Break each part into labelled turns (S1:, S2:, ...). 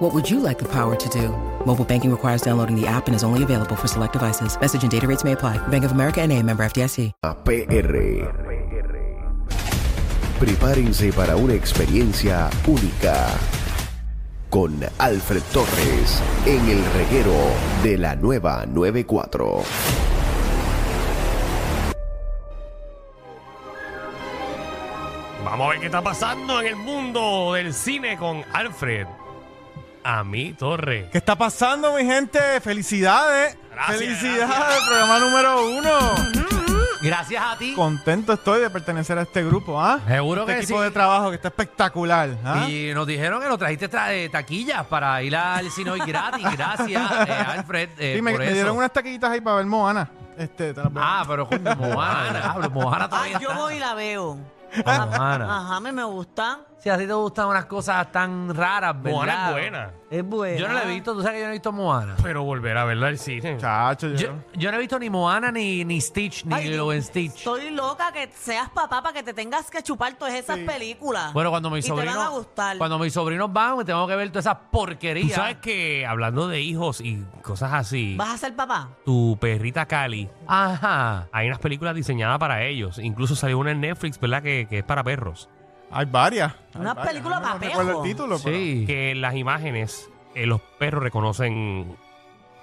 S1: What would you like the power to do? Mobile banking requires downloading the app and is only available for select devices. Message and data rates may apply. Bank of America and a member FDIC.
S2: APR. Prepárense para una experiencia única con Alfred Torres en el reguero de la nueva 94.
S3: Vamos a ver qué está pasando en el mundo del cine con Alfred. A mi torre.
S4: ¿Qué está pasando, mi gente? ¡Felicidades!
S3: Gracias,
S4: ¡Felicidades!
S3: gracias.
S4: Programa número uno.
S5: Gracias a ti.
S4: Contento estoy de pertenecer a este grupo, ¿ah?
S5: Seguro
S4: este
S5: que
S4: equipo
S5: sí.
S4: de trabajo que está espectacular, ¿ah?
S5: Y nos dijeron que nos trajiste tra- eh, taquillas para ir al cine hoy gratis. Gracias, eh, Alfred. eh,
S4: Sí, me,
S5: por
S4: me
S5: eso.
S4: dieron unas taquillitas ahí para ver Moana. Este, te las voy a-
S5: Ah, pero coño, Moana. diablo, Moana
S6: Ay,
S5: todavía
S6: Ah, yo
S5: está.
S6: voy y la veo.
S5: Ah, Moana.
S6: Ajá, a mí me gusta.
S5: Si a ti te gustan unas cosas tan raras, ¿verdad?
S3: Moana es buena,
S6: Es buena.
S5: Yo no la he visto, tú sabes que yo no he visto Moana.
S3: pero volver a verla al cine.
S4: Chacho, yo.
S5: Yo, yo no he visto ni Moana, ni, ni Stitch, ni
S6: Ay,
S5: Lilo en Stitch.
S6: Estoy loca que seas papá para que te tengas que chupar todas esas películas.
S5: Bueno, cuando mis
S6: Y te van a
S5: sobrinos.
S6: gustar.
S5: Cuando mis sobrinos van, me tengo que ver todas esas
S3: Tú
S5: porquerías.
S3: sabes que hablando de hijos y cosas así,
S6: ¿Vas a ser papá?
S3: tu perrita Cali,
S5: Ajá.
S3: hay unas películas diseñadas para ellos. Incluso salió una en Netflix, ¿verdad? Que, que es para perros.
S4: Hay varias. hay
S6: Una
S4: varias.
S6: película
S4: no, no
S6: papeo.
S4: recuerdo el título, pero.
S5: Sí.
S3: Que en las imágenes eh, los perros reconocen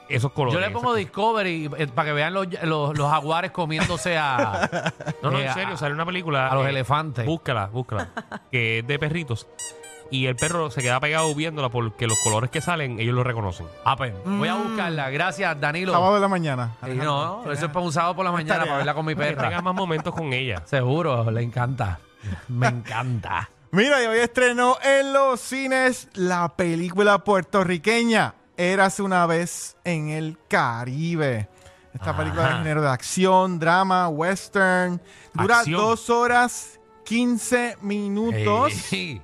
S3: esos
S5: Yo
S3: colores.
S5: le pongo
S3: esas
S5: Discovery eh, para que vean los, los, los jaguares comiéndose a,
S3: cosas. No, no,
S5: eh,
S3: en
S5: a-
S3: serio, sale una película.
S5: a los
S3: eh,
S5: elefantes.
S3: Búscala, búscala. que es de perritos. Y el perro se queda pegado viéndola porque los colores que salen, ellos lo reconocen.
S5: Ah, pues, voy a
S4: Mm.
S5: buscarla. Gracias, Danilo.
S4: Sábado de la mañana.
S5: Sí, no, eso es para un sábado por la mañana para verla con mi
S3: Que tenga
S5: perra.
S3: más momentos con ella.
S5: Seguro, le encanta. Me encanta.
S4: Mira, y hoy estrenó en los cines la película puertorriqueña Érase una vez en el Caribe. Esta película de género de acción, drama, western. Dura
S3: Acción.
S4: dos horas 15 minutos.
S5: Eh, Sí.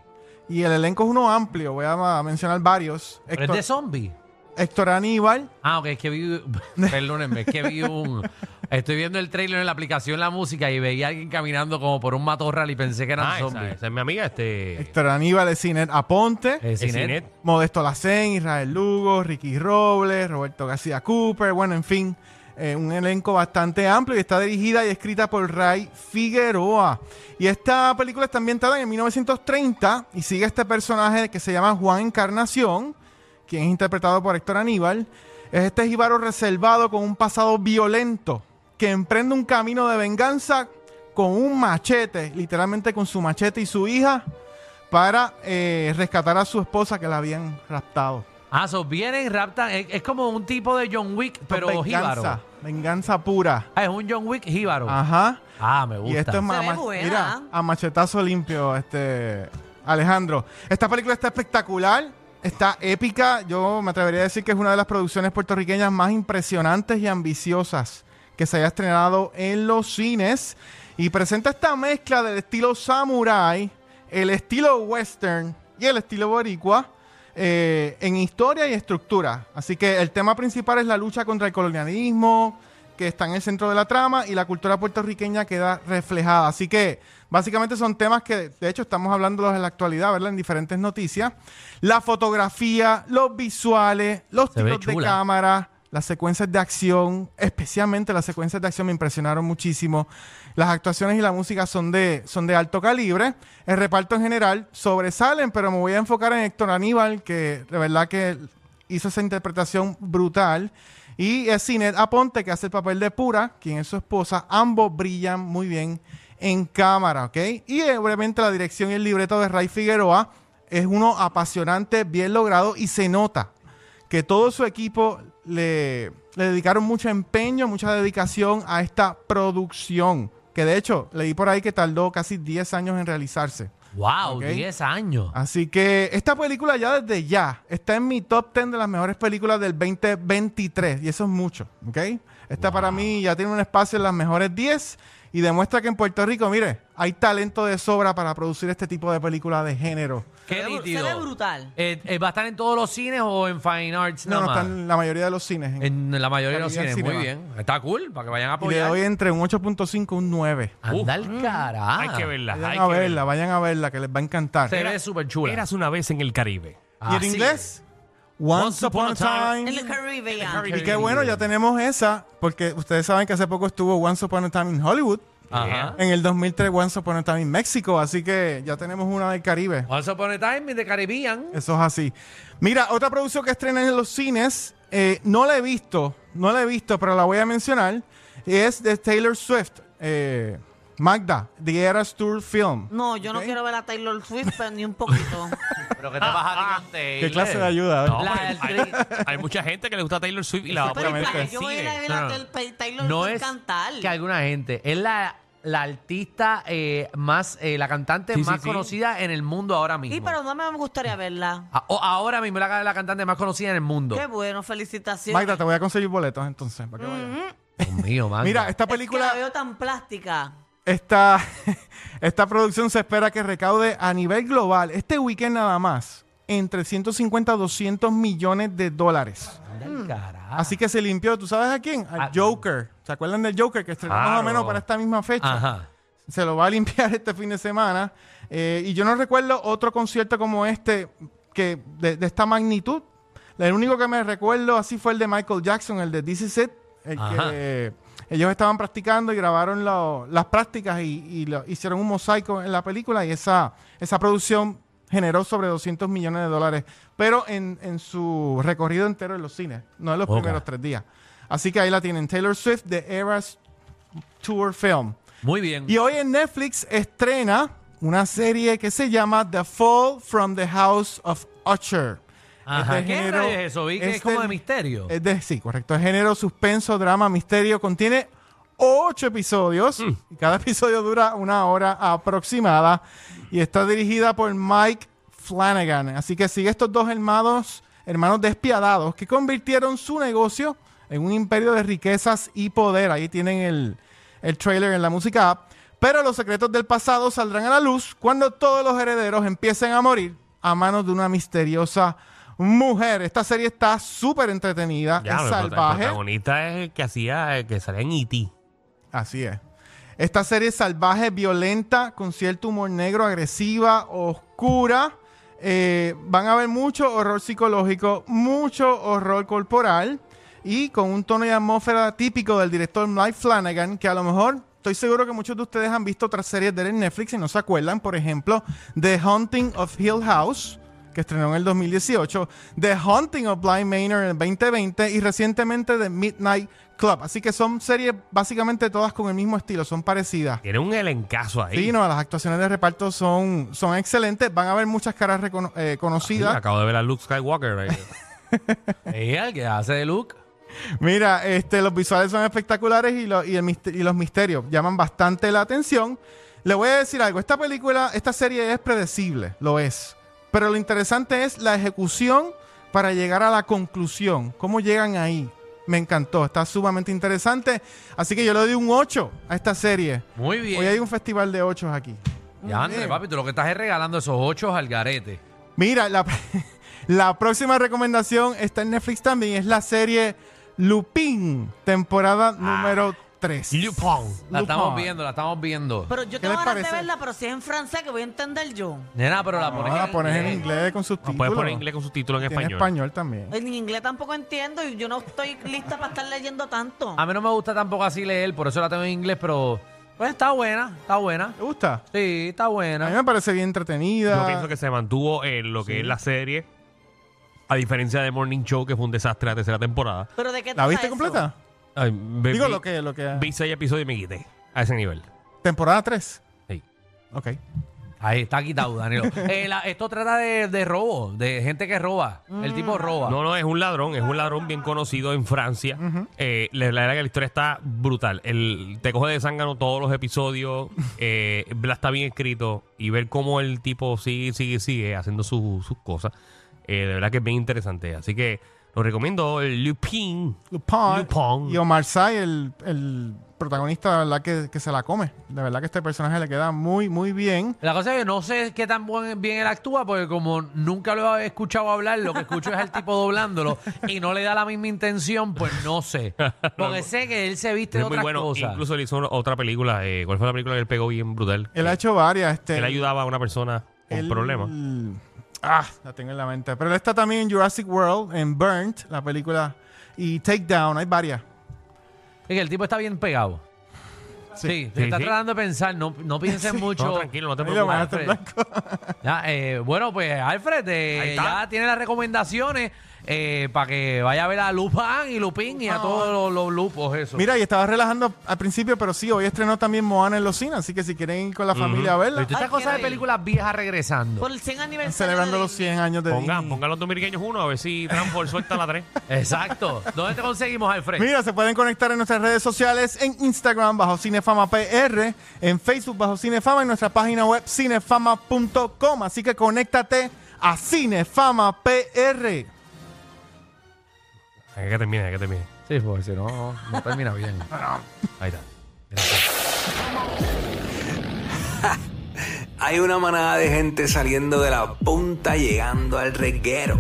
S4: Y el elenco es uno amplio. Voy a ma- mencionar varios.
S5: ¿Pero es
S4: Héctor,
S5: de zombie?
S4: Héctor Aníbal.
S5: Ah, ok, es que vi. Perdónenme, es que vi un. Estoy viendo el trailer en la aplicación La Música y veía a alguien caminando como por un matorral y pensé que eran
S3: Ah, esa,
S5: zombies.
S3: esa es mi amiga, este.
S4: Héctor Aníbal es Cinet Aponte.
S5: Eh,
S3: Cinet.
S5: Cinet.
S4: Modesto Lacén, Israel Lugo, Ricky Robles, Roberto García Cooper, bueno, en fin, eh, un elenco bastante amplio y está dirigida y escrita por Ray Figueroa. Y esta película está ambientada en 1930 y sigue este personaje que se llama Juan Encarnación, quien es interpretado por Héctor Aníbal. Es este jíbaro reservado con un pasado violento que emprende un camino de venganza con un machete, literalmente con su machete y su hija, para eh, rescatar a su esposa que la habían raptado.
S5: Ah, so vienen, raptan. Es, es como un tipo de John Wick, pero
S4: venganza,
S5: jíbaro.
S4: venganza pura.
S5: Ah, es un John Wick jíbaro. Ah,
S4: Ajá.
S5: me gusta.
S4: Y esto es
S6: Se ve
S4: mamá.
S6: buena.
S4: Mira, a machetazo limpio, este Alejandro. Esta película está espectacular, está épica. Yo me atrevería a decir que es una de las producciones puertorriqueñas más impresionantes y ambiciosas que se haya estrenado en los cines. Y presenta esta mezcla del estilo samurai, el estilo western y el estilo boricua eh, en historia y estructura. Así que el tema principal es la lucha contra el colonialismo, que está en el centro de la trama, y la cultura puertorriqueña queda reflejada. Así que básicamente son temas que, de hecho, estamos hablándolos en la actualidad, ¿verdad? En diferentes noticias. La fotografía, los visuales, los
S5: Se ve
S4: tiros de
S5: chula.
S4: cámara. Las secuencias de acción, especialmente las secuencias de acción, me impresionaron muchísimo. Las actuaciones y la música son de, son de alto calibre. El reparto en general sobresalen, pero me voy a enfocar en Héctor Aníbal, que de verdad que hizo esa interpretación brutal. Y es Cinet Aponte, que hace el papel de Pura, quien es su esposa. Ambos brillan muy bien en cámara, ¿ok? Y eh, obviamente la dirección y el libreto de Ray Figueroa es uno apasionante, bien logrado y se nota que todo su equipo le, le dedicaron mucho empeño, mucha dedicación a esta producción. Que de hecho, leí por ahí que tardó casi 10 años en realizarse.
S5: Wow,
S4: Ok. Ah.
S5: 10 años.
S4: Así que esta película ya desde ya está en mi top 10 de las mejores películas del 2023. Y eso es mucho, ¿ok? Esta para mí ya tiene un espacio en las mejores 10. y demuestra que en Puerto Rico, mire, hay talento de sobra para producir este tipo de películas de género.
S5: Qué
S6: Se ve bru-
S5: nítido.
S6: se ve brutal.
S5: Eh, eh, ¿Va a estar en todos los cines o en Fine Arts
S4: No,
S5: nada
S4: no
S5: más?
S4: están en la mayoría de los cines. en-
S5: En la mayoría de los
S4: Familia
S5: cines.
S4: Cinema.
S5: Muy bien. Está cool, para que vayan a
S4: y le
S5: apoyar.
S4: doy entre un 8.5 y un 9.
S5: Anda
S6: Mm.
S5: al carajo.
S3: Hay que verla.
S4: Vayan
S3: hay
S4: a
S3: que
S4: verla, vayan a verla, que les va a encantar.
S5: Se ve súper chula.
S3: Eras una vez en el Caribe.
S4: ¿Y en inglés? Once Upon a Time.
S6: En el Caribbean.
S4: Y qué bueno, ya tenemos esa, porque ustedes saben que hace poco estuvo Once Upon a Time in Hollywood.
S5: Ajá.
S4: En el 2003 Once Upon a Time in México, así que ya tenemos una del Caribe.
S5: Once Upon a Time in the Caribbean.
S4: Eso es así. Mira, otra producción que estrenan en los cines, eh, no la he visto, no la he visto, pero la voy a mencionar, es de Taylor Swift, eh, Magda, The Eras Tour Film.
S6: No, yo no
S4: Ok.
S6: quiero ver a Taylor Swift, pero ni un poquito.
S5: Pero que te vas a ti con Taylor.
S4: ¿Qué clase de ayuda? eh?
S3: No,
S5: La-
S3: pero hay, hay mucha gente que le gusta Taylor Swift y la va a
S6: Pero
S3: poner
S6: para
S3: en
S6: que
S3: el
S6: yo voy a ir a
S3: cine.
S6: ver a
S5: No, no.
S6: Tel- Taylor,
S5: No
S6: Swift
S5: es
S6: cantar.
S5: que alguna gente. Es la, la artista eh, más, eh, la cantante
S3: Sí, sí,
S5: más
S3: sí.
S5: conocida en el mundo ahora mismo.
S6: Sí, pero no me gustaría verla.
S5: A- o- ahora mismo es la, la cantante más conocida en el mundo.
S6: Qué bueno, felicitaciones.
S4: Magda, te voy a conseguir boletos entonces. para que vayas.
S5: Dios mío, man.
S4: Mira, esta
S6: Es que la
S4: película...
S6: veo tan plástica.
S4: Esta, esta producción se espera que recaude a nivel global este weekend nada más entre 150 a 200 millones de dólares.
S5: Anda al carajo.
S4: Así que se limpió, ¿tú sabes a quién? Al
S5: A-
S4: Joker. ¿Se acuerdan del Joker que estrenó más o
S3: Claro.
S4: menos para esta misma fecha?
S5: Ajá.
S4: Se lo va a limpiar este fin de semana. Eh, y yo no recuerdo otro concierto como este que de, de esta magnitud. El único que me recuerdo así fue el de Michael Jackson, el de This Is It, el
S5: Ajá.
S4: que ellos estaban practicando y grabaron lo- las prácticas y, y lo- hicieron un mosaico en la película y esa, esa producción generó sobre 200 millones de dólares, pero en, en su recorrido entero en los cines, no en los
S5: Ok.
S4: primeros tres días. Así que ahí la tienen, Taylor Swift, The Eras Tour Film.
S5: Muy bien.
S4: Y hoy en Netflix estrena una serie que se llama The Fall from the House of Usher.
S5: Ajá.
S4: del
S5: ¿Qué
S4: género-
S5: rayos es eso? Vi que es, como
S4: del-
S5: de misterio.
S4: este Es de, sí, correcto. Es género suspenso, drama, misterio. Contiene ocho episodios.
S5: Mm.
S4: Y cada episodio dura una hora aproximada. Y está dirigida por Mike Flanagan. Así que sigue estos dos hermanos, hermanos despiadados que convirtieron su negocio en un imperio de riquezas y poder. Ahí tienen el, el trailer en la música app. Pero los secretos del pasado saldrán a la luz cuando todos los herederos empiecen a morir a manos de una misteriosa mujer. Esta serie está súper entretenida,
S3: Ya,
S4: es
S3: el prota- el
S4: salvaje.
S3: protagonista es el que hacía, el que salía en
S5: E
S3: E.T.
S4: Así es. Esta serie es salvaje, violenta, con cierto humor negro, agresiva, oscura. Eh, van a ver mucho horror psicológico, mucho horror corporal y con un tono y atmósfera típico del director Mike Flanagan, que a lo mejor estoy seguro que muchos de ustedes han visto otras series de él en Netflix y no se acuerdan, por ejemplo, The Haunting of Hill House, que estrenó en el 2018, The Haunting of Blind Manor en el 2020 y recientemente The Midnight Club. Así que son series básicamente todas con el mismo estilo, son parecidas.
S3: Tiene un elencazo ahí.
S4: Sí, no, las actuaciones de reparto son, son excelentes. Van a ver muchas caras recono- eh,
S3: Sí,
S4: conocidas.
S3: acabo de ver a Luke Skywalker. ahí.
S5: eh. Ella, el que hace de Luke.
S4: Mira, este, los visuales son espectaculares y, lo- y el mister- y los misterios llaman bastante la atención. Le voy a decir algo, esta película, esta serie es predecible, lo es. Pero lo interesante es la ejecución para llegar a la conclusión. ¿Cómo llegan ahí? Me encantó, está sumamente interesante. Así que yo le doy un 8 a esta serie.
S5: Muy bien.
S4: Hoy hay un festival de 8 aquí.
S5: Ya, André, papi, tú lo que estás es regalando esos ocho al garete.
S4: Mira, la, la próxima recomendación está en Netflix también. Es la serie Lupin, temporada número 3.
S3: Ah. Lupin.
S5: La estamos
S4: Lupin.
S5: viendo, la estamos viendo.
S6: Pero yo
S4: ¿Qué
S6: tengo
S4: les
S6: ganas de
S4: parece?
S6: verla, pero si es en francés, que voy a entender yo.
S5: Nena, pero la
S3: Ah,
S4: No,
S5: pones,
S4: la pones en inglés con
S3: No
S4: subtítulos.
S3: puedes poner inglés con subtítulo en
S4: Tiene
S3: español.
S4: español también.
S6: En inglés tampoco entiendo y yo no estoy lista para estar leyendo tanto.
S4: Ah,
S5: A mí no me gusta tampoco así leer, por eso la tengo en inglés, pero pues está buena, está buena.
S4: ¿Te gusta?
S5: Sí, está
S4: A mí
S5: buena.
S4: me parece bien entretenida.
S3: Yo pienso que se mantuvo en lo que
S4: Sí.
S3: es la serie. A diferencia de Morning Show, que fue un desastre la tercera temporada.
S6: ¿Pero de qué
S4: ¿La
S6: trata
S4: viste
S6: eso?
S4: completa?
S3: Ay, ve-
S4: Digo
S3: vi,
S4: lo que, lo que.
S3: vi seis episodios y me quité. A ese nivel.
S4: Temporada 3.
S3: Sí.
S4: Ok.
S5: Ahí está quitado, Danilo. Eh, la- esto trata de, de robo, de gente que roba. El tipo roba.
S3: No, no, es un ladrón, es un ladrón bien conocido en Francia. Eh, la la verdad que la historia está brutal. El, te coge de zángano todos los episodios, eh, la está bien escrito y ver cómo el tipo sigue, sigue, sigue haciendo su- sus cosas. eh, de verdad que es bien interesante. Así que Lo recomiendo, el Lupin.
S4: Lupin.
S3: Lupin.
S4: Y Omar Sy, el, el protagonista, la verdad que, que se la come. La verdad que este personaje le queda muy, muy bien.
S5: La cosa es que no sé qué tan buen- bien él actúa, porque como nunca lo he escuchado hablar, lo que escucho es al tipo doblándolo y no le da la misma intención, pues no sé. Porque sé que él se viste de
S3: Es muy
S5: otras
S3: bueno.
S5: cosas.
S3: Incluso le hizo una- otra película. eh, ¿Cuál fue la película que él pegó bien brutal?
S4: Él ha hecho varias. Este,
S3: Él ayudaba a una persona con
S4: él-
S3: problemas.
S4: Ah, la tengo en la mente. Pero él está también en Jurassic World, en Burnt, la película. Y Takedown, hay varias.
S5: Es que el tipo está bien pegado. Sí, se
S3: Sí,
S5: está
S3: sí.
S5: tratando de pensar, no, no pienses mucho.
S3: No, tranquilo, no te
S4: Ahí lo
S3: preocupes.
S4: mandaste en
S5: Alfred.
S4: blanco.
S5: Ya, eh, bueno, pues Alfred, eh,
S3: Ahí está.
S5: ya tiene las recomendaciones eh, para que vaya a ver a Lupin y Lupin y a todos los, los lupos, eso.
S4: Ah. Mira, y estaba relajando al principio, pero sí, hoy estrenó también Moana en los cines, así que si quieren ir con la familia a verla,
S5: Estas
S6: Ay,
S5: cosas
S6: quiero
S5: de
S6: ir.
S5: películas viejas regresando.
S6: Por el 100 aniversario.
S4: celebrando
S6: de
S4: los
S6: Disney.
S4: 100 años de
S3: Pongan,
S5: Mm.
S4: Disney.
S3: pongan los dominiqueños uno a ver si Transform suelta la 3.
S5: Exacto. ¿Dónde te conseguimos, Alfred?
S4: Mira, se pueden conectar en nuestras redes sociales, en Instagram bajo Cinefama PR, en Facebook bajo Cinefama y en nuestra página web cinefama.com. Así que conéctate a Cinefama PR.
S3: Hay que termine, hay que termine.
S5: Sí, porque si no, no termina bien.
S3: Ahí está.
S7: Hay una manada de gente saliendo de la punta llegando al reguero.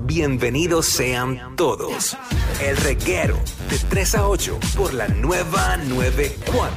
S7: Bienvenidos sean todos. El reguero de 3 a 8 por la nueva 94.